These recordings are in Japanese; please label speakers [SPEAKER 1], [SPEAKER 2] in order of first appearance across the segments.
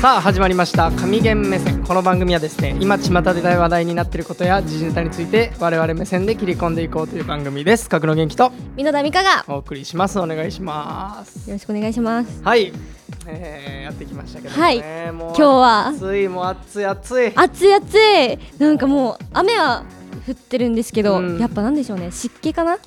[SPEAKER 1] さあ始まりました神言目線この番組はですね今巷で大話題になっていることや時事ネタについて我々目線で切り込んでいこうという番組です角野元気と
[SPEAKER 2] 美濃田美香がよ
[SPEAKER 1] お送りしますお願いします
[SPEAKER 2] ろしくお願いします
[SPEAKER 1] はい、えー、やってきましたけどね、
[SPEAKER 2] はい
[SPEAKER 1] もう
[SPEAKER 2] 今日は
[SPEAKER 1] 暑いもう暑い暑い
[SPEAKER 2] 暑い暑いなんかもう雨は降ってるんですけど、
[SPEAKER 1] うん
[SPEAKER 2] やっぱなんでしょうね湿気かな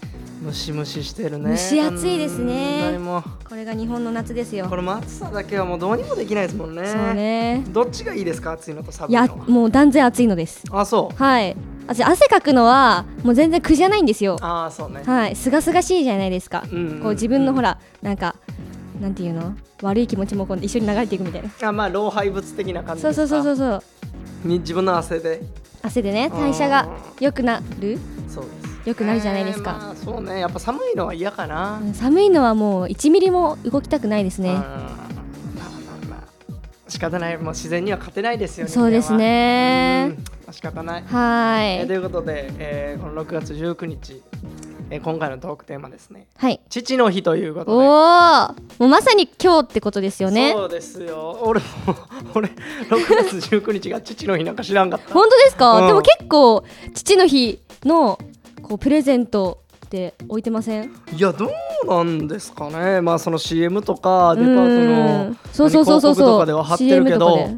[SPEAKER 1] ムシムシしてるね
[SPEAKER 2] 蒸し暑いですね
[SPEAKER 1] 本当にもう
[SPEAKER 2] これが日本の夏ですよ
[SPEAKER 1] これも暑さだけはもうどうにもできないですもんね
[SPEAKER 2] そうね
[SPEAKER 1] どっちがいいですか暑いのと寒
[SPEAKER 2] い
[SPEAKER 1] いの
[SPEAKER 2] や
[SPEAKER 1] は
[SPEAKER 2] もう断然暑いのです
[SPEAKER 1] あそう
[SPEAKER 2] はい私汗かくのはもう全然苦じゃないんですよ
[SPEAKER 1] ああそうね
[SPEAKER 2] はいすがすがしいじゃないですか、
[SPEAKER 1] うんうん
[SPEAKER 2] こう自分のほらなんかなんていうの悪い気持ちもこう一緒に流れていくみたいな
[SPEAKER 1] あまあ老廃物的な感じ
[SPEAKER 2] そ
[SPEAKER 1] で
[SPEAKER 2] う
[SPEAKER 1] すか
[SPEAKER 2] そうそうそうそう
[SPEAKER 1] に自分の汗で
[SPEAKER 2] 汗でね代謝が良くなる
[SPEAKER 1] そうです
[SPEAKER 2] 良くなるじゃないですか
[SPEAKER 1] えーまあそうねやっぱ寒いのは嫌かな、
[SPEAKER 2] うん寒いのはもう1ミリも動きたくないです
[SPEAKER 1] うん
[SPEAKER 2] ね
[SPEAKER 1] まあまあまあ仕方ないもう自然には勝てないですよね
[SPEAKER 2] そうですね
[SPEAKER 1] うんまあ仕方ない、え
[SPEAKER 2] は
[SPEAKER 1] ーと
[SPEAKER 2] ーい
[SPEAKER 1] いうことで、えーこの6月19日、えー今回のトークテーマですね
[SPEAKER 2] はい
[SPEAKER 1] 父の日ということで
[SPEAKER 2] おおもうまさに今日ってことですよね
[SPEAKER 1] そうですよ俺も 俺6月19日が父の日なんか知らんか った
[SPEAKER 2] 本当ですか、
[SPEAKER 1] うん
[SPEAKER 2] でも結構父の日のこうプレゼントって置いてません
[SPEAKER 1] いやどうなんですかねまあその CM とかデパー
[SPEAKER 2] うん
[SPEAKER 1] ト
[SPEAKER 2] そう
[SPEAKER 1] の
[SPEAKER 2] そうそうそう
[SPEAKER 1] 何広告と
[SPEAKER 2] そ
[SPEAKER 1] か
[SPEAKER 2] う
[SPEAKER 1] では貼ってるけ
[SPEAKER 2] CM と
[SPEAKER 1] ど
[SPEAKER 2] かで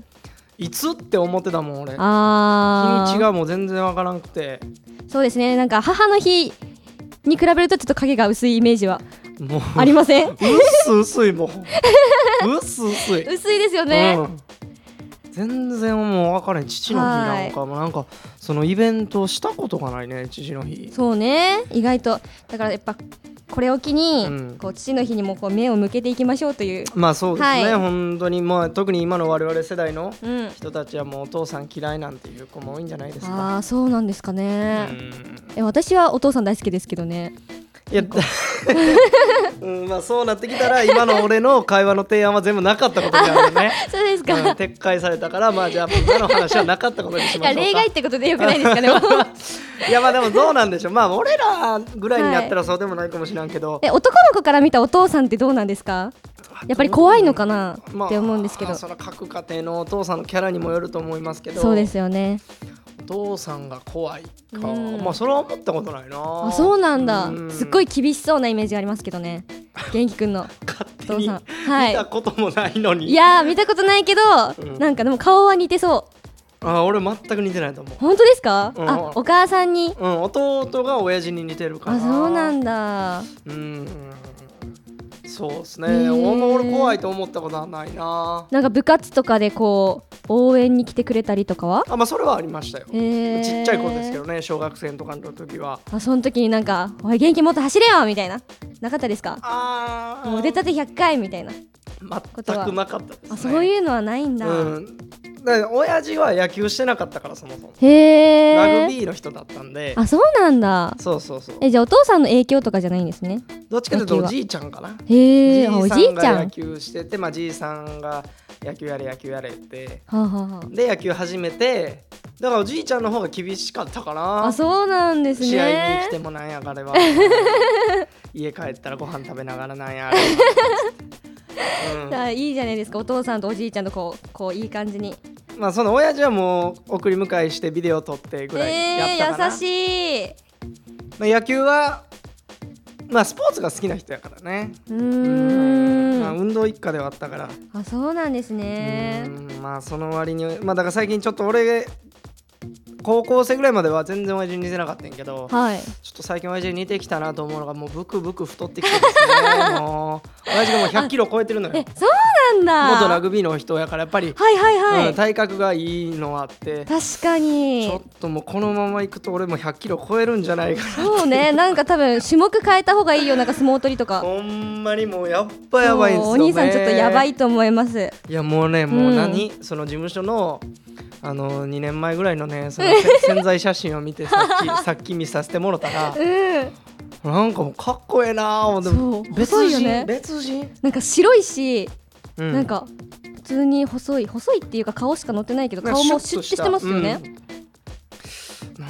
[SPEAKER 1] いつって思ってたもん俺日
[SPEAKER 2] あ
[SPEAKER 1] に
[SPEAKER 2] ー
[SPEAKER 1] ちがもう全然わからんくて
[SPEAKER 2] そうですねなんか母の日に比べるとちょっと影が薄いイメージは
[SPEAKER 1] もう
[SPEAKER 2] ありま せん
[SPEAKER 1] うっす薄い もううっす薄い
[SPEAKER 2] 薄いですよね、
[SPEAKER 1] うん全然もう分からん父の日なんかもうなんかそのイベントしたことがないね父の日
[SPEAKER 2] そうね意外とだからやっぱこれを機に、
[SPEAKER 1] うん
[SPEAKER 2] こう父の日にもこう目を向けていきましょうという、
[SPEAKER 1] まあそうですね、
[SPEAKER 2] はい
[SPEAKER 1] 本当にまあ特に今の我々世代の
[SPEAKER 2] うん、
[SPEAKER 1] 人たちはもうお父さん嫌いなんていう子も多いんじゃないです
[SPEAKER 2] あ
[SPEAKER 1] か
[SPEAKER 2] あそうなんですかね、
[SPEAKER 1] うん
[SPEAKER 2] え私はお父さん大好きですけどね
[SPEAKER 1] いや、 うん、まあそうなってきたら今の俺の会話の提案は全部なかったことになるよね、
[SPEAKER 2] そうです
[SPEAKER 1] うん
[SPEAKER 2] か、い
[SPEAKER 1] 撤回されたからまあじゃあ今の話はなかったことにしましょ
[SPEAKER 2] や
[SPEAKER 1] うか
[SPEAKER 2] 例外ってことでよくないですかねもう
[SPEAKER 1] いやまあでもどうなんでしょうまあ俺らぐらいになったらそうでもないかもしれんけど、
[SPEAKER 2] え男の子から見たお父さんってどうなんですかやっぱり怖いのかなって思うんですけど、
[SPEAKER 1] まあ、その各家庭のお父さんのキャラにもよると思いますけど
[SPEAKER 2] そうですよね
[SPEAKER 1] お父さんが怖いか、
[SPEAKER 2] うん
[SPEAKER 1] まあそれは思ったことないな
[SPEAKER 2] あそうなんだ、
[SPEAKER 1] う
[SPEAKER 2] すっごい厳しそうなイメージがありますけ どね元気くんの
[SPEAKER 1] 勝
[SPEAKER 2] お
[SPEAKER 1] 手
[SPEAKER 2] 父
[SPEAKER 1] に
[SPEAKER 2] さん
[SPEAKER 1] 見
[SPEAKER 2] はい
[SPEAKER 1] たこともないのに、
[SPEAKER 2] いやー見たことないけど、
[SPEAKER 1] うん
[SPEAKER 2] なんかでも顔は似てそう
[SPEAKER 1] あ俺全く似てないと思う
[SPEAKER 2] 本当ですか、
[SPEAKER 1] うん
[SPEAKER 2] あお母さんに
[SPEAKER 1] うん、弟が親父に似てるから
[SPEAKER 2] あそうなんだ
[SPEAKER 1] うんそうですね、
[SPEAKER 2] へー
[SPEAKER 1] おんま俺怖いと思ったことはないな
[SPEAKER 2] なんか部活とかでこう応援に来てくれたりとかは
[SPEAKER 1] あまあそれはありましたよ、
[SPEAKER 2] へー
[SPEAKER 1] ちっちゃい頃ですけどね小学生とかの時は
[SPEAKER 2] あその時になんか「おい元気もっと走れよ!」みたいななかったですか
[SPEAKER 1] ああ
[SPEAKER 2] もう腕立て100回みたいなこと
[SPEAKER 1] 全
[SPEAKER 2] は
[SPEAKER 1] くなかったです、ね、
[SPEAKER 2] あそういうのはないんだ、
[SPEAKER 1] うんだから親父は野球してなかったからそもそも
[SPEAKER 2] へえ
[SPEAKER 1] ラグビーの人だったんで
[SPEAKER 2] あそうなんだ
[SPEAKER 1] そうそうそう
[SPEAKER 2] えじゃあお父さんの影響とかじゃないんですね
[SPEAKER 1] どっちかというと
[SPEAKER 2] 野
[SPEAKER 1] お
[SPEAKER 2] 球は
[SPEAKER 1] じいちゃんかな
[SPEAKER 2] へえお
[SPEAKER 1] お
[SPEAKER 2] じ
[SPEAKER 1] じいさ
[SPEAKER 2] い
[SPEAKER 1] ん
[SPEAKER 2] ちゃん
[SPEAKER 1] が野球しててまあじいさんが野球やれ野球やれって
[SPEAKER 2] はあ、はあは
[SPEAKER 1] で野球始めてだからおじいちゃんの方が厳しかったか
[SPEAKER 2] あ、
[SPEAKER 1] な
[SPEAKER 2] あそうなんですね
[SPEAKER 1] 試合に来てもなんやあれ は家帰ったらご飯食べながらなんやあれは、
[SPEAKER 2] あいいじゃないですかお父さんとおじいちゃんとこうこういい感じに
[SPEAKER 1] うん、まあその親父はもう送り迎えしてビデオ撮ってぐらいやったかな、
[SPEAKER 2] えー優しい
[SPEAKER 1] まあ、野球はまあスポーツが好きな人やからね
[SPEAKER 2] う
[SPEAKER 1] まあ、
[SPEAKER 2] ーん。
[SPEAKER 1] 運動一家ではあったから、
[SPEAKER 2] あ、そうなんですね。
[SPEAKER 1] うんまあその割にまあだから最近ちょっと俺高校生ぐらいまでは全然親父に似てなかったんやけど
[SPEAKER 2] はい。
[SPEAKER 1] ちょっと最近親父に似てきたなと思うのがもうブクブク太ってきてです ねもう親父がもう100キロ超えてるのよ
[SPEAKER 2] え、そうなんだ。
[SPEAKER 1] 元ラグビーの人やからやっぱり、
[SPEAKER 2] はいはいはい。
[SPEAKER 1] うん体格がいいのはあって
[SPEAKER 2] 確か
[SPEAKER 1] ちょ
[SPEAKER 2] に
[SPEAKER 1] っ。ともうこのままいくと俺も100キロ超えるんじゃないかな
[SPEAKER 2] そうね、なんか多分種目変えた方がいいよ、なんか相撲取りとか。
[SPEAKER 1] ほんまにもうやっぱやばいんですよ、
[SPEAKER 2] そ
[SPEAKER 1] ね、
[SPEAKER 2] うお兄さんちょっとやばいと思います。
[SPEAKER 1] いやもうねもううん何、その事務所のあの2年前ぐらいのねその 潜在写真を見てさっきさっ き見させてもろたら
[SPEAKER 2] うん。
[SPEAKER 1] なんかもうかっこええなあでも
[SPEAKER 2] そう
[SPEAKER 1] 別
[SPEAKER 2] 細いよ
[SPEAKER 1] 人、
[SPEAKER 2] ね
[SPEAKER 1] 別人、
[SPEAKER 2] なんか白いし、
[SPEAKER 1] う
[SPEAKER 2] なんか普通に細い、細いっていうか顔しか乗ってないけど、顔もシュッてしてますよね。
[SPEAKER 1] うんな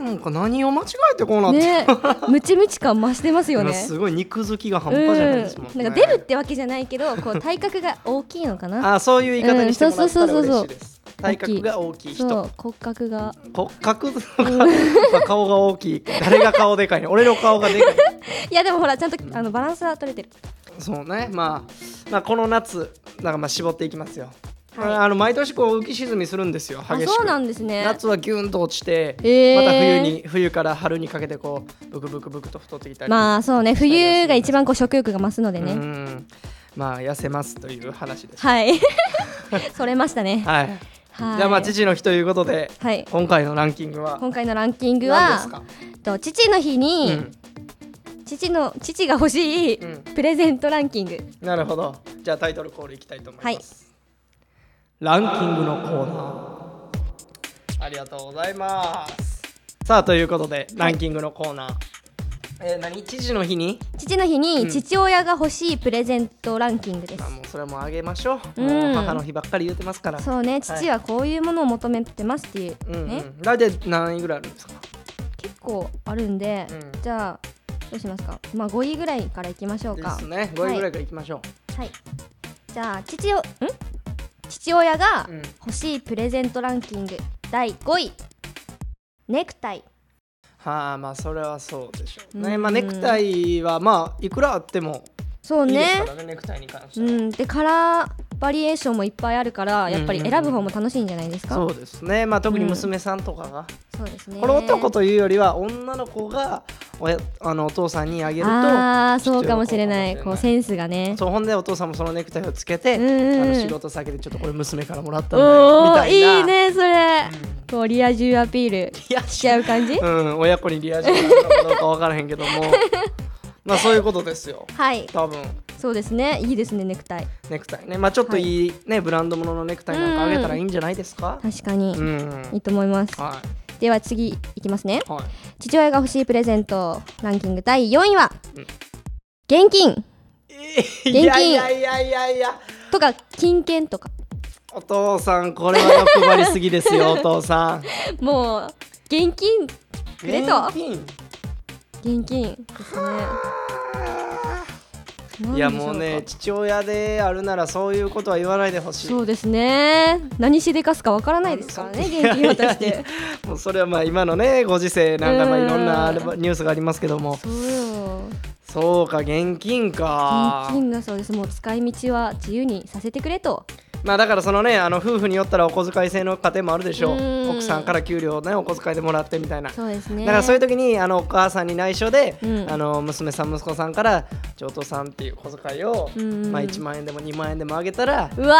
[SPEAKER 1] んなんか何を間違えてこうなって、
[SPEAKER 2] ねムチムチ感増してますよね
[SPEAKER 1] すごい肉付きが
[SPEAKER 2] う
[SPEAKER 1] 半
[SPEAKER 2] ん
[SPEAKER 1] 端じゃないですもんね、
[SPEAKER 2] なんかデブってわけじゃないけどこう体格が大きいのかな
[SPEAKER 1] あそういう言い方にしてもらったら嬉しいです、
[SPEAKER 2] う
[SPEAKER 1] 体格が大きい
[SPEAKER 2] そ
[SPEAKER 1] 人
[SPEAKER 2] う骨格が
[SPEAKER 1] 骨格と か、まあ顔が大きい誰が顔でかいの俺の顔がでかい
[SPEAKER 2] いやでもほらちゃんとあのバランスは取れてる
[SPEAKER 1] そう ね、まあ、まあこの夏なんかまあ絞っていきますよ、
[SPEAKER 2] はい
[SPEAKER 1] あの毎年こう浮き沈みするんですよ
[SPEAKER 2] あ
[SPEAKER 1] 激しく
[SPEAKER 2] そうなんですね
[SPEAKER 1] 夏はギュンと落ちて、
[SPEAKER 2] へー
[SPEAKER 1] また冬に冬から春にかけてこうブクブクブクと太ってきたり
[SPEAKER 2] まあそうね冬が一番こう食欲が増すので
[SPEAKER 1] う
[SPEAKER 2] ね
[SPEAKER 1] んまあ痩せますという話です
[SPEAKER 2] はい それましたね
[SPEAKER 1] はい、
[SPEAKER 2] はい
[SPEAKER 1] じゃあまあ父の日ということで
[SPEAKER 2] はい
[SPEAKER 1] 今回のランキングは
[SPEAKER 2] 今回のランキング
[SPEAKER 1] 何です
[SPEAKER 2] は
[SPEAKER 1] か、
[SPEAKER 2] と父の日に、
[SPEAKER 1] う
[SPEAKER 2] 父の父が欲しい
[SPEAKER 1] うん
[SPEAKER 2] プレゼントランキング、
[SPEAKER 1] ん、なるほどじゃあタイトルコールいきたいと思います、ランキングのコーナーありがとうございますさあということでランキングのコーナー、えー何父の日に
[SPEAKER 2] 父の日に
[SPEAKER 1] ん
[SPEAKER 2] 父親が欲しいプレゼントランキングです、
[SPEAKER 1] あもうそれはもうあげましょう,、
[SPEAKER 2] うん
[SPEAKER 1] もう母の日ばっかり言ってますから
[SPEAKER 2] そうね父はこういうものを求めてますっていう、
[SPEAKER 1] うんうん、
[SPEAKER 2] ね
[SPEAKER 1] 大体何位ぐらいあるんですか
[SPEAKER 2] 結構あるんで、
[SPEAKER 1] うん
[SPEAKER 2] じゃあどうしますかまあ5位ぐらいからいきましょう
[SPEAKER 1] で
[SPEAKER 2] か
[SPEAKER 1] すね5位ぐらいからいきましょ
[SPEAKER 2] はいじゃあ父をん父親が
[SPEAKER 1] う、うん
[SPEAKER 2] 欲しいプレゼントランキング第5位ネクタイ
[SPEAKER 1] はあまあそれはそうでしょうね、
[SPEAKER 2] うん
[SPEAKER 1] まあネクタイはまあいくらあっても
[SPEAKER 2] そう
[SPEAKER 1] いい
[SPEAKER 2] ね
[SPEAKER 1] ですからねネクタイに関して
[SPEAKER 2] う
[SPEAKER 1] は、
[SPEAKER 2] ん、でカラーバリエーションもいっぱいあるからやっぱり
[SPEAKER 1] うんうんうん
[SPEAKER 2] 選ぶ方も楽しいんじゃないですか、
[SPEAKER 1] そうですねまあ特に娘さんとかが、
[SPEAKER 2] そうですね
[SPEAKER 1] これ男というよりは女の子がおやあのお父さんにあげると
[SPEAKER 2] ああそうかもしれない
[SPEAKER 1] ちょっと喜ぶか
[SPEAKER 2] こ
[SPEAKER 1] も
[SPEAKER 2] う
[SPEAKER 1] しれ
[SPEAKER 2] センスがね
[SPEAKER 1] そうほんでお父さんもそのネクタイをつけて、
[SPEAKER 2] うんうん
[SPEAKER 1] あの仕事先でちょっとこれ娘からもらったんだよみ
[SPEAKER 2] おお
[SPEAKER 1] たいない
[SPEAKER 2] いねそれ、
[SPEAKER 1] うん
[SPEAKER 2] こうリア充アピール
[SPEAKER 1] リア充
[SPEAKER 2] しちゃう感じ
[SPEAKER 1] うん親子にリア充なのかどうか分からへんけどもまあそういうことですよ
[SPEAKER 2] はい
[SPEAKER 1] 多分
[SPEAKER 2] そうですねいいですねネクタイ
[SPEAKER 1] ネクタイねまあちょっといい、ねブランド物のネクタイなんかあげたらいいんじゃないですか、
[SPEAKER 2] 確かに、
[SPEAKER 1] うん、
[SPEAKER 2] いいと思います
[SPEAKER 1] は
[SPEAKER 2] では次いきますね
[SPEAKER 1] い、はい、
[SPEAKER 2] 父親が欲しいプレゼントランキング第4位は、
[SPEAKER 1] うん
[SPEAKER 2] 現金
[SPEAKER 1] いやいやいやいやいや
[SPEAKER 2] とか金券とか
[SPEAKER 1] お父さんこれは欲張りすぎです よお父さん
[SPEAKER 2] もう現金くれと
[SPEAKER 1] 現金
[SPEAKER 2] 現金ですねなんでしょうか
[SPEAKER 1] いやもうね父親であるならそういうことは言わないでほしい
[SPEAKER 2] そうですね何しでかすかわからないですからね現金渡
[SPEAKER 1] いや
[SPEAKER 2] し
[SPEAKER 1] いや
[SPEAKER 2] て
[SPEAKER 1] いやもうそれはまあ今のねご時世なんかまあ
[SPEAKER 2] うん
[SPEAKER 1] いろんなあればニュースがありますけども
[SPEAKER 2] そうよ
[SPEAKER 1] そうか現金か
[SPEAKER 2] 現金がそうですもう使い道は自由にさせてくれと
[SPEAKER 1] まあだからそのねあの夫婦によったらお小遣い制の家庭もあるでしょ
[SPEAKER 2] うん
[SPEAKER 1] う奥さんから給料をねお小遣いでもらってみたいな
[SPEAKER 2] そうですね
[SPEAKER 1] だからそういう時にあのお母さんに内緒で、
[SPEAKER 2] うん
[SPEAKER 1] あの娘さん息子さんからちょお父さんっていう小遣いを、
[SPEAKER 2] うん
[SPEAKER 1] まあ、1万円でも2万円でもあげたら
[SPEAKER 2] うわ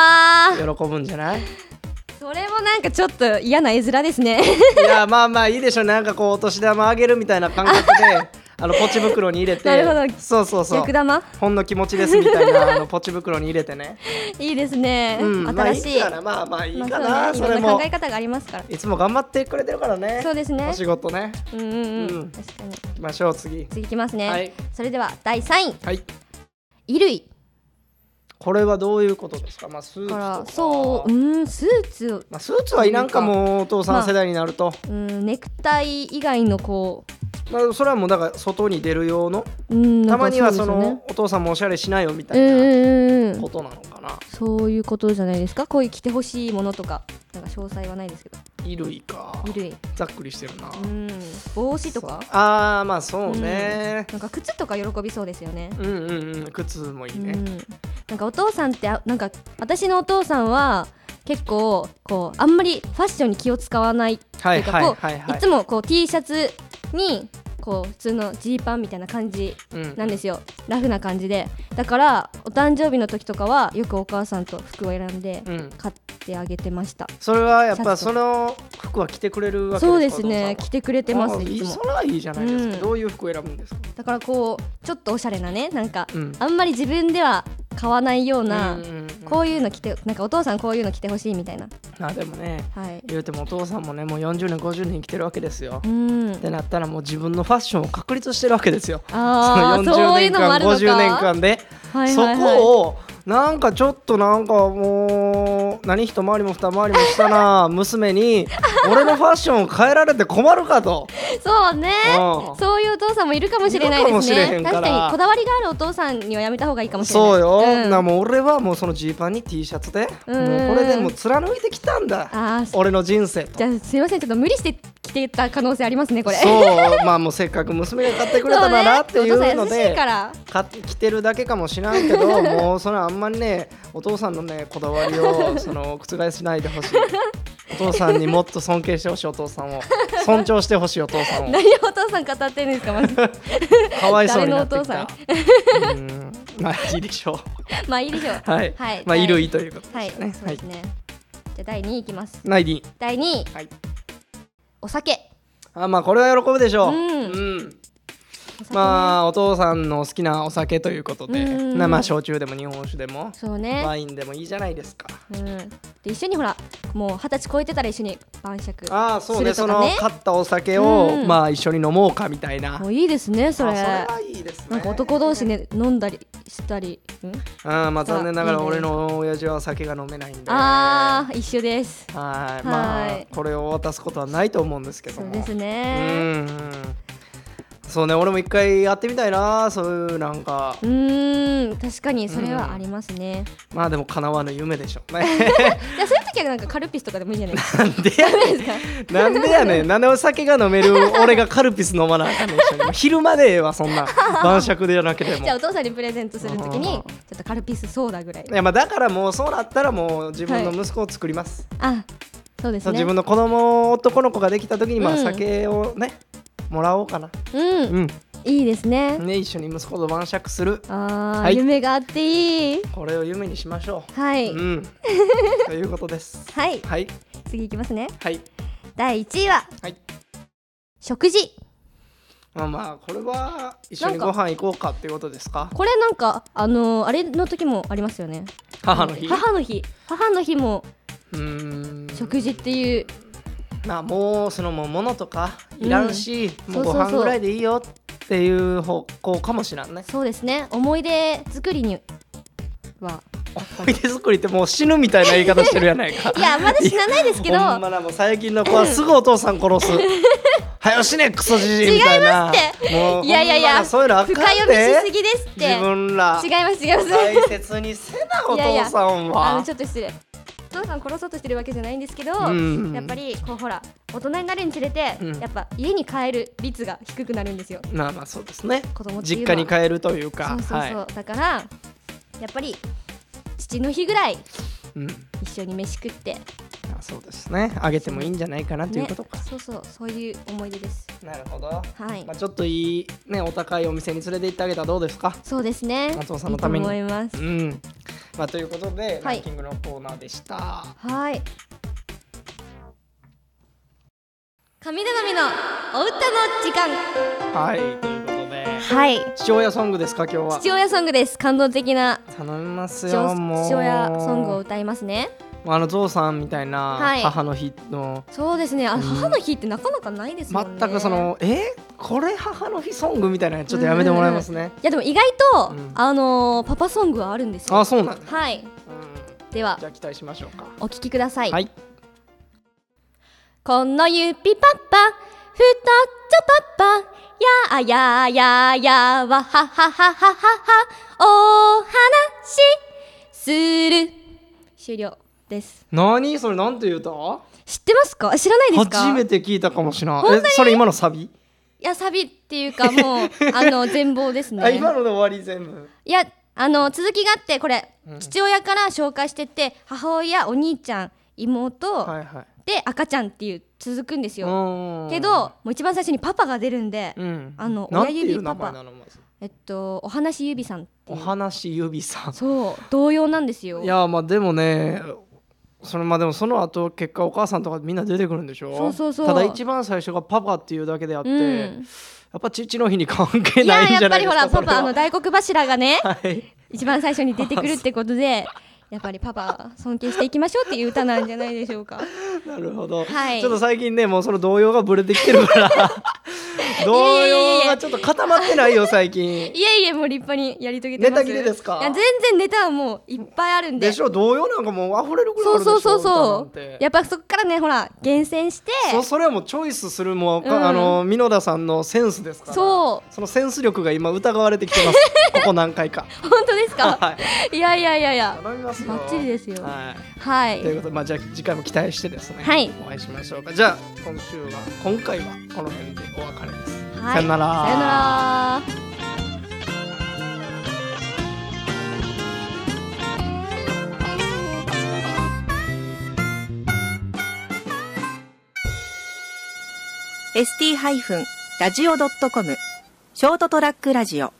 [SPEAKER 2] ー
[SPEAKER 1] 喜ぶんじゃない
[SPEAKER 2] それもなんかちょっと嫌な絵面ですね
[SPEAKER 1] いやまあまあいいでしょなんかこうお年玉あげるみたいな感覚 であのポチ袋に入れて
[SPEAKER 2] なるほど
[SPEAKER 1] そうそうそう
[SPEAKER 2] 逆玉
[SPEAKER 1] ほんの気持ちですみたいなあのポチ袋に入れて ね、
[SPEAKER 2] いいですね、
[SPEAKER 1] うん、まあ
[SPEAKER 2] 新
[SPEAKER 1] いい
[SPEAKER 2] しい,、
[SPEAKER 1] からまあまあいいかな、
[SPEAKER 2] まあ
[SPEAKER 1] そ
[SPEAKER 2] そうね
[SPEAKER 1] れ
[SPEAKER 2] いろんな
[SPEAKER 1] も
[SPEAKER 2] 考え方がありますから
[SPEAKER 1] いつも頑張ってくれてるからね
[SPEAKER 2] そうですね
[SPEAKER 1] お仕事ね
[SPEAKER 2] うんうんうん、
[SPEAKER 1] うん
[SPEAKER 2] 確かに
[SPEAKER 1] 行きましょう次
[SPEAKER 2] 次いきますね、
[SPEAKER 1] はい
[SPEAKER 2] それでは第3位
[SPEAKER 1] はい
[SPEAKER 2] 衣類
[SPEAKER 1] これはどういうことですかまあスーツ
[SPEAKER 2] か
[SPEAKER 1] と
[SPEAKER 2] ら
[SPEAKER 1] か
[SPEAKER 2] そううんスーツ
[SPEAKER 1] まあ、スーツはいらんかもお父さん世代になると、
[SPEAKER 2] うんネクタイ以外のこ
[SPEAKER 1] まあ、それはもうだから外に出る用の
[SPEAKER 2] ううん
[SPEAKER 1] た
[SPEAKER 2] なんか
[SPEAKER 1] まにはそう
[SPEAKER 2] です
[SPEAKER 1] の
[SPEAKER 2] よね
[SPEAKER 1] お父さんもおしゃれしないよみた
[SPEAKER 2] うん
[SPEAKER 1] い
[SPEAKER 2] うんうん
[SPEAKER 1] な
[SPEAKER 2] うん
[SPEAKER 1] ことなのかな
[SPEAKER 2] そういうことじゃないですかこういう着てほしいものとかなんか詳細はないですけど
[SPEAKER 1] 衣類か
[SPEAKER 2] 衣類
[SPEAKER 1] ざっくりしてるな
[SPEAKER 2] うん帽子とか
[SPEAKER 1] あーまあそうね
[SPEAKER 2] なんか靴とか喜びそうですよね
[SPEAKER 1] うんうんうん靴もいい
[SPEAKER 2] うん
[SPEAKER 1] ね、
[SPEAKER 2] なんかお父さんってあなんか私のお父さんは結構こうあんまりファッションに気を使わない
[SPEAKER 1] は
[SPEAKER 2] て
[SPEAKER 1] い
[SPEAKER 2] いう
[SPEAKER 1] はい
[SPEAKER 2] かこ
[SPEAKER 1] はいうはい
[SPEAKER 2] いつもこう T シャツにこう普通のジーパンみたいな感じ
[SPEAKER 1] うん
[SPEAKER 2] なんですよラフな感じでだからお誕生日の時とかはよくお母さんと服を選んで
[SPEAKER 1] うん
[SPEAKER 2] 買ってあげてました、
[SPEAKER 1] それはやっ
[SPEAKER 2] シャ
[SPEAKER 1] ぱ
[SPEAKER 2] ツ
[SPEAKER 1] その服は着てくれるわけ
[SPEAKER 2] そうで
[SPEAKER 1] ですか
[SPEAKER 2] すね
[SPEAKER 1] お父さんは
[SPEAKER 2] 着てくれてま
[SPEAKER 1] あ
[SPEAKER 2] す
[SPEAKER 1] ーい
[SPEAKER 2] い
[SPEAKER 1] い
[SPEAKER 2] つ
[SPEAKER 1] そ
[SPEAKER 2] も
[SPEAKER 1] れはいいじゃないですか、
[SPEAKER 2] うん
[SPEAKER 1] どういう服を選ぶんですか
[SPEAKER 2] だからこうちょっとおしゃれなねなんか、
[SPEAKER 1] うん
[SPEAKER 2] あんまり自分では買わないような、
[SPEAKER 1] うんうんうん
[SPEAKER 2] こういうの着てなんかお父さんこういうの着てほしいみたいな
[SPEAKER 1] あでもね
[SPEAKER 2] はい
[SPEAKER 1] 言うてもお父さんもねもう40年50年生きてるわけですよ、
[SPEAKER 2] うん
[SPEAKER 1] ってなったらもう自分のファッションを確立してるわけですよ。
[SPEAKER 2] ああ
[SPEAKER 1] その
[SPEAKER 2] そ
[SPEAKER 1] 40
[SPEAKER 2] うい
[SPEAKER 1] 年
[SPEAKER 2] うのもあ
[SPEAKER 1] 間
[SPEAKER 2] るのか
[SPEAKER 1] 50年間で、
[SPEAKER 2] はいはいはい
[SPEAKER 1] そこをなんかちょっとなんかもう何一回りも二回りもした な娘に俺のファッションを変えられて困るかと
[SPEAKER 2] そうね
[SPEAKER 1] うん
[SPEAKER 2] そういうお父さんもいるかもしれない
[SPEAKER 1] いるかも
[SPEAKER 2] で
[SPEAKER 1] し
[SPEAKER 2] す
[SPEAKER 1] れへ
[SPEAKER 2] ね
[SPEAKER 1] んから
[SPEAKER 2] 確かにこだわりがあるお父さんにはやめた方がいいかもしれない
[SPEAKER 1] そうよ、
[SPEAKER 2] ん
[SPEAKER 1] なもう俺はもうそのジーパンに T シャツで
[SPEAKER 2] うん
[SPEAKER 1] もうこれでもう貫いてきたんだ
[SPEAKER 2] あー
[SPEAKER 1] 俺の人生と
[SPEAKER 2] じゃあすいませんちょっと無理して来てた可能性ありますねこれ
[SPEAKER 1] そうまあもうせっかく娘が買ってくれたならってい
[SPEAKER 2] そうね
[SPEAKER 1] の
[SPEAKER 2] お父さん優し
[SPEAKER 1] で
[SPEAKER 2] いから
[SPEAKER 1] 買ってきてるだけかもしらんけど もうそれはあんまりねお父さんのねこだわり をその覆しないでほしいお父さんにもっと尊敬してほしいお父さんを尊重してほしいお父さんを
[SPEAKER 2] 何をお父さん語ってるんですかま ず
[SPEAKER 1] かわいそうになってきた
[SPEAKER 2] 誰の
[SPEAKER 1] うんまあいいでしょ
[SPEAKER 2] まあいいでしょう
[SPEAKER 1] うはい、
[SPEAKER 2] はい
[SPEAKER 1] まあいるいということで
[SPEAKER 2] はい
[SPEAKER 1] し
[SPEAKER 2] そ
[SPEAKER 1] た
[SPEAKER 2] う
[SPEAKER 1] ね
[SPEAKER 2] ですねじゃあ第2位いきます
[SPEAKER 1] ナイディ
[SPEAKER 2] 第2位
[SPEAKER 1] はい
[SPEAKER 2] お酒
[SPEAKER 1] あまあこれは喜ぶでしょう、
[SPEAKER 2] う
[SPEAKER 1] う
[SPEAKER 2] ん
[SPEAKER 1] ん
[SPEAKER 2] お酒ね
[SPEAKER 1] まあお父さんの好きなお酒ということで、
[SPEAKER 2] うん
[SPEAKER 1] なまあ焼酎でも日本酒でも
[SPEAKER 2] そうね
[SPEAKER 1] ワインでもいいじゃないですか
[SPEAKER 2] うんで一緒にほらもう二十歳超えてたら一緒に晩酌
[SPEAKER 1] ああそうね
[SPEAKER 2] す
[SPEAKER 1] そ
[SPEAKER 2] ると
[SPEAKER 1] の
[SPEAKER 2] かね
[SPEAKER 1] 買ったお酒を、
[SPEAKER 2] うん
[SPEAKER 1] まあ一緒に飲もうかみたいな
[SPEAKER 2] もういいですねそれ
[SPEAKER 1] あそれはいいですね
[SPEAKER 2] なんか男同士ね飲んだりしたり、ん、
[SPEAKER 1] ああまあ残念ながら
[SPEAKER 2] いいね
[SPEAKER 1] 俺の親父は酒が飲めないんで
[SPEAKER 2] ああ一緒です
[SPEAKER 1] はいま
[SPEAKER 2] は
[SPEAKER 1] あ
[SPEAKER 2] い
[SPEAKER 1] これを渡すことはないと思うんですけど
[SPEAKER 2] そ
[SPEAKER 1] も
[SPEAKER 2] うです
[SPEAKER 1] うん
[SPEAKER 2] ね
[SPEAKER 1] うんそうね俺も一回やってみたいなそういうなんか
[SPEAKER 2] うーん確かにそれはありますね、
[SPEAKER 1] まあでも叶わぬ夢でしょう ね
[SPEAKER 2] じゃあそういう時はなんかカルピスとかでもいいんじゃないですか
[SPEAKER 1] なんでやねん
[SPEAKER 2] です か
[SPEAKER 1] な んでやねん。なんでお酒が飲める俺がカルピス飲まなあかんねん一緒に。もう昼までええわ、そんな。晩酌でやなくても。
[SPEAKER 2] じゃあお
[SPEAKER 1] い
[SPEAKER 2] 父さんにプレゼントすると
[SPEAKER 1] う
[SPEAKER 2] き
[SPEAKER 1] ん
[SPEAKER 2] にちょっとカルピスソーダぐらい
[SPEAKER 1] やまあだからもうそうなったらもう自分の息子を作ります。
[SPEAKER 2] あそうです
[SPEAKER 1] そう
[SPEAKER 2] ね
[SPEAKER 1] 自分の子供男の子ができた時にまあ
[SPEAKER 2] うん
[SPEAKER 1] 酒をね、もらおうかな。
[SPEAKER 2] うん
[SPEAKER 1] うん。
[SPEAKER 2] いいですね
[SPEAKER 1] ね一緒に息子と晩酌する。
[SPEAKER 2] あー、
[SPEAKER 1] はい
[SPEAKER 2] 夢があっていい
[SPEAKER 1] これを夢にしましょ
[SPEAKER 2] は
[SPEAKER 1] う。
[SPEAKER 2] い、
[SPEAKER 1] うん。 ということです。
[SPEAKER 2] はい
[SPEAKER 1] はい
[SPEAKER 2] 次いきますね
[SPEAKER 1] はい
[SPEAKER 2] 第1位は
[SPEAKER 1] はい。
[SPEAKER 2] 食事
[SPEAKER 1] まあまあこれは一緒に
[SPEAKER 2] な
[SPEAKER 1] ご
[SPEAKER 2] んか
[SPEAKER 1] 飯行こうかっていうことですか。
[SPEAKER 2] これなんかあのーあれの時もありますよね
[SPEAKER 1] 母の日。
[SPEAKER 2] 母の日母の日も
[SPEAKER 1] うーん。
[SPEAKER 2] 食事っていう
[SPEAKER 1] まあもうそのもう物とかいらんし、
[SPEAKER 2] うん
[SPEAKER 1] もう
[SPEAKER 2] そ
[SPEAKER 1] ご
[SPEAKER 2] うそうそう
[SPEAKER 1] 飯ぐらいでいいよっていう方向かもしらんね。
[SPEAKER 2] そうですね思い出作りには
[SPEAKER 1] 思い出作りってもう死ぬみたいな言い方してるやないか。
[SPEAKER 2] いやまだ死なないですけど
[SPEAKER 1] ほんまなもう最近の子はすぐお父さん 殺す。はよ死ねクソじじいみたいな。
[SPEAKER 2] 違いますって
[SPEAKER 1] もう
[SPEAKER 2] いやいやいや
[SPEAKER 1] ほんまなそういうのあかん
[SPEAKER 2] 深
[SPEAKER 1] で。
[SPEAKER 2] 読みしすぎですって
[SPEAKER 1] 自分ら
[SPEAKER 2] 違います違います
[SPEAKER 1] 大切にせなお
[SPEAKER 2] いやいや
[SPEAKER 1] 父さん
[SPEAKER 2] あの
[SPEAKER 1] は
[SPEAKER 2] ち。ょっと失礼お父さん殺そうとしてるわけじゃないんですけど、
[SPEAKER 1] うん
[SPEAKER 2] やっぱりこうほら大人になるにつれて、
[SPEAKER 1] うん
[SPEAKER 2] やっぱ家に帰る率が低くなるんですよ
[SPEAKER 1] まあまあそうですね
[SPEAKER 2] 子供。ってい
[SPEAKER 1] 実
[SPEAKER 2] うのは
[SPEAKER 1] 家に帰るという
[SPEAKER 2] そ
[SPEAKER 1] か
[SPEAKER 2] う。そうそう、
[SPEAKER 1] はい。
[SPEAKER 2] だからやっぱり父の日ぐらい
[SPEAKER 1] うん。
[SPEAKER 2] 一緒に飯食って
[SPEAKER 1] まあそうですね。あげてもいいんじゃないかなということか。
[SPEAKER 2] そうそうそういう思い出です
[SPEAKER 1] なるほど。
[SPEAKER 2] はい
[SPEAKER 1] まあ、ちょっといい、ね、お高いお店に連れて行ってあげたらどうですか
[SPEAKER 2] そうですね
[SPEAKER 1] 松尾さんのために
[SPEAKER 2] いいと思います
[SPEAKER 1] うん。まあ、ということで、
[SPEAKER 2] はい
[SPEAKER 1] ランキングのコーナーでした。
[SPEAKER 2] はい神頼みのお歌の時間
[SPEAKER 1] はい、ということで。
[SPEAKER 2] はい
[SPEAKER 1] 父親ソングですか、今日は。
[SPEAKER 2] 父親ソングです感動的な
[SPEAKER 1] 頼みます
[SPEAKER 2] 父
[SPEAKER 1] よ、もう。
[SPEAKER 2] 父親ソングを歌いますね
[SPEAKER 1] あのゾウさんみたいな、
[SPEAKER 2] はい
[SPEAKER 1] 母の日の。
[SPEAKER 2] そうですねあ
[SPEAKER 1] うん
[SPEAKER 2] の母の日ってなかなかないですもんね
[SPEAKER 1] 全くその、えこれ母の日ソングみたいな、ちょっとやめてもらえますね。
[SPEAKER 2] いやでも意外と、
[SPEAKER 1] うん
[SPEAKER 2] あのーパパソングはあるんですよ
[SPEAKER 1] あ、そうなんだ、
[SPEAKER 2] はい
[SPEAKER 1] うん
[SPEAKER 2] では
[SPEAKER 1] じゃあ、期待しましょうか。
[SPEAKER 2] お聞きください、
[SPEAKER 1] はい。
[SPEAKER 2] この指パパふとっちょパパやあやあやあやあわははははははお話しする終了です
[SPEAKER 1] 何それ、なんて言うと
[SPEAKER 2] 知ってますか知らないですか
[SPEAKER 1] 初めて聞いたかもしれない。え、それ今のサビ
[SPEAKER 2] いやサビっていうか もうあの全貌ですね
[SPEAKER 1] あ今ので終わり全部
[SPEAKER 2] いやあの続きがあってこれ、父親から紹介してって母親お兄ちゃん妹、
[SPEAKER 1] はいはい
[SPEAKER 2] で赤ちゃんっていう続くんですよ、
[SPEAKER 1] うん
[SPEAKER 2] けどもう一番最初にパパが出るんで、
[SPEAKER 1] うん
[SPEAKER 2] あの
[SPEAKER 1] なんて
[SPEAKER 2] 親
[SPEAKER 1] い
[SPEAKER 2] 指
[SPEAKER 1] う名前
[SPEAKER 2] パパ
[SPEAKER 1] なのまず
[SPEAKER 2] えっとお話指さんってい
[SPEAKER 1] お
[SPEAKER 2] う
[SPEAKER 1] 話指さ
[SPEAKER 2] そう同様なんです
[SPEAKER 1] ん
[SPEAKER 2] よ
[SPEAKER 1] いやまあでもねそれまあでもその後結果お母さんとかみんな出てくるんでしょ
[SPEAKER 2] そうそうそう
[SPEAKER 1] ただ一番最初がパパっていうだけであって、
[SPEAKER 2] うん
[SPEAKER 1] やっぱ父の日に関係
[SPEAKER 2] い
[SPEAKER 1] な
[SPEAKER 2] や
[SPEAKER 1] いんじ
[SPEAKER 2] や
[SPEAKER 1] ゃ
[SPEAKER 2] っ
[SPEAKER 1] な
[SPEAKER 2] ぱ
[SPEAKER 1] い
[SPEAKER 2] り
[SPEAKER 1] で
[SPEAKER 2] ほ
[SPEAKER 1] すか
[SPEAKER 2] らパ
[SPEAKER 1] それ
[SPEAKER 2] パあの
[SPEAKER 1] は
[SPEAKER 2] 大黒柱がね
[SPEAKER 1] はい
[SPEAKER 2] 一番最初に出てくるってことでやっぱりパパ尊敬していきましょうっていう歌なんじゃないでしょうか
[SPEAKER 1] なるほど、
[SPEAKER 2] はい
[SPEAKER 1] ちょっと最近ねもうその動揺がぶれてきてるからち動揺がちょっと固まってないよ最近
[SPEAKER 2] いえいえもう立派にやり遂げてま
[SPEAKER 1] ネ
[SPEAKER 2] す
[SPEAKER 1] タ切れですか
[SPEAKER 2] いや全然ネタはもういっぱいあるんで
[SPEAKER 1] でしょ動揺なんかもう溢れるぐらいあ
[SPEAKER 2] そ
[SPEAKER 1] る
[SPEAKER 2] う
[SPEAKER 1] でしょ
[SPEAKER 2] そうそうそ
[SPEAKER 1] 歌
[SPEAKER 2] う
[SPEAKER 1] なんて
[SPEAKER 2] やっぱそこからねほら厳選して
[SPEAKER 1] そそれはもうチョイスするも、
[SPEAKER 2] うん
[SPEAKER 1] あの美濃田さんのセンスですから
[SPEAKER 2] そう
[SPEAKER 1] そのセンス力が今疑われてきて ますここ何回か
[SPEAKER 2] 本当ですか
[SPEAKER 1] はい
[SPEAKER 2] やいやいやいや
[SPEAKER 1] 頼みますよ
[SPEAKER 2] バッチリですよ
[SPEAKER 1] は、
[SPEAKER 2] はい
[SPEAKER 1] という
[SPEAKER 2] い
[SPEAKER 1] ことで、まあ、じゃあ次回も期待してですね、
[SPEAKER 2] はい
[SPEAKER 1] お会いしましょうかじゃあ今週は今回はこの辺でお別れです、
[SPEAKER 2] はい
[SPEAKER 1] さよなら
[SPEAKER 2] さよなら
[SPEAKER 3] ST-radio.com ショートトラックラジオ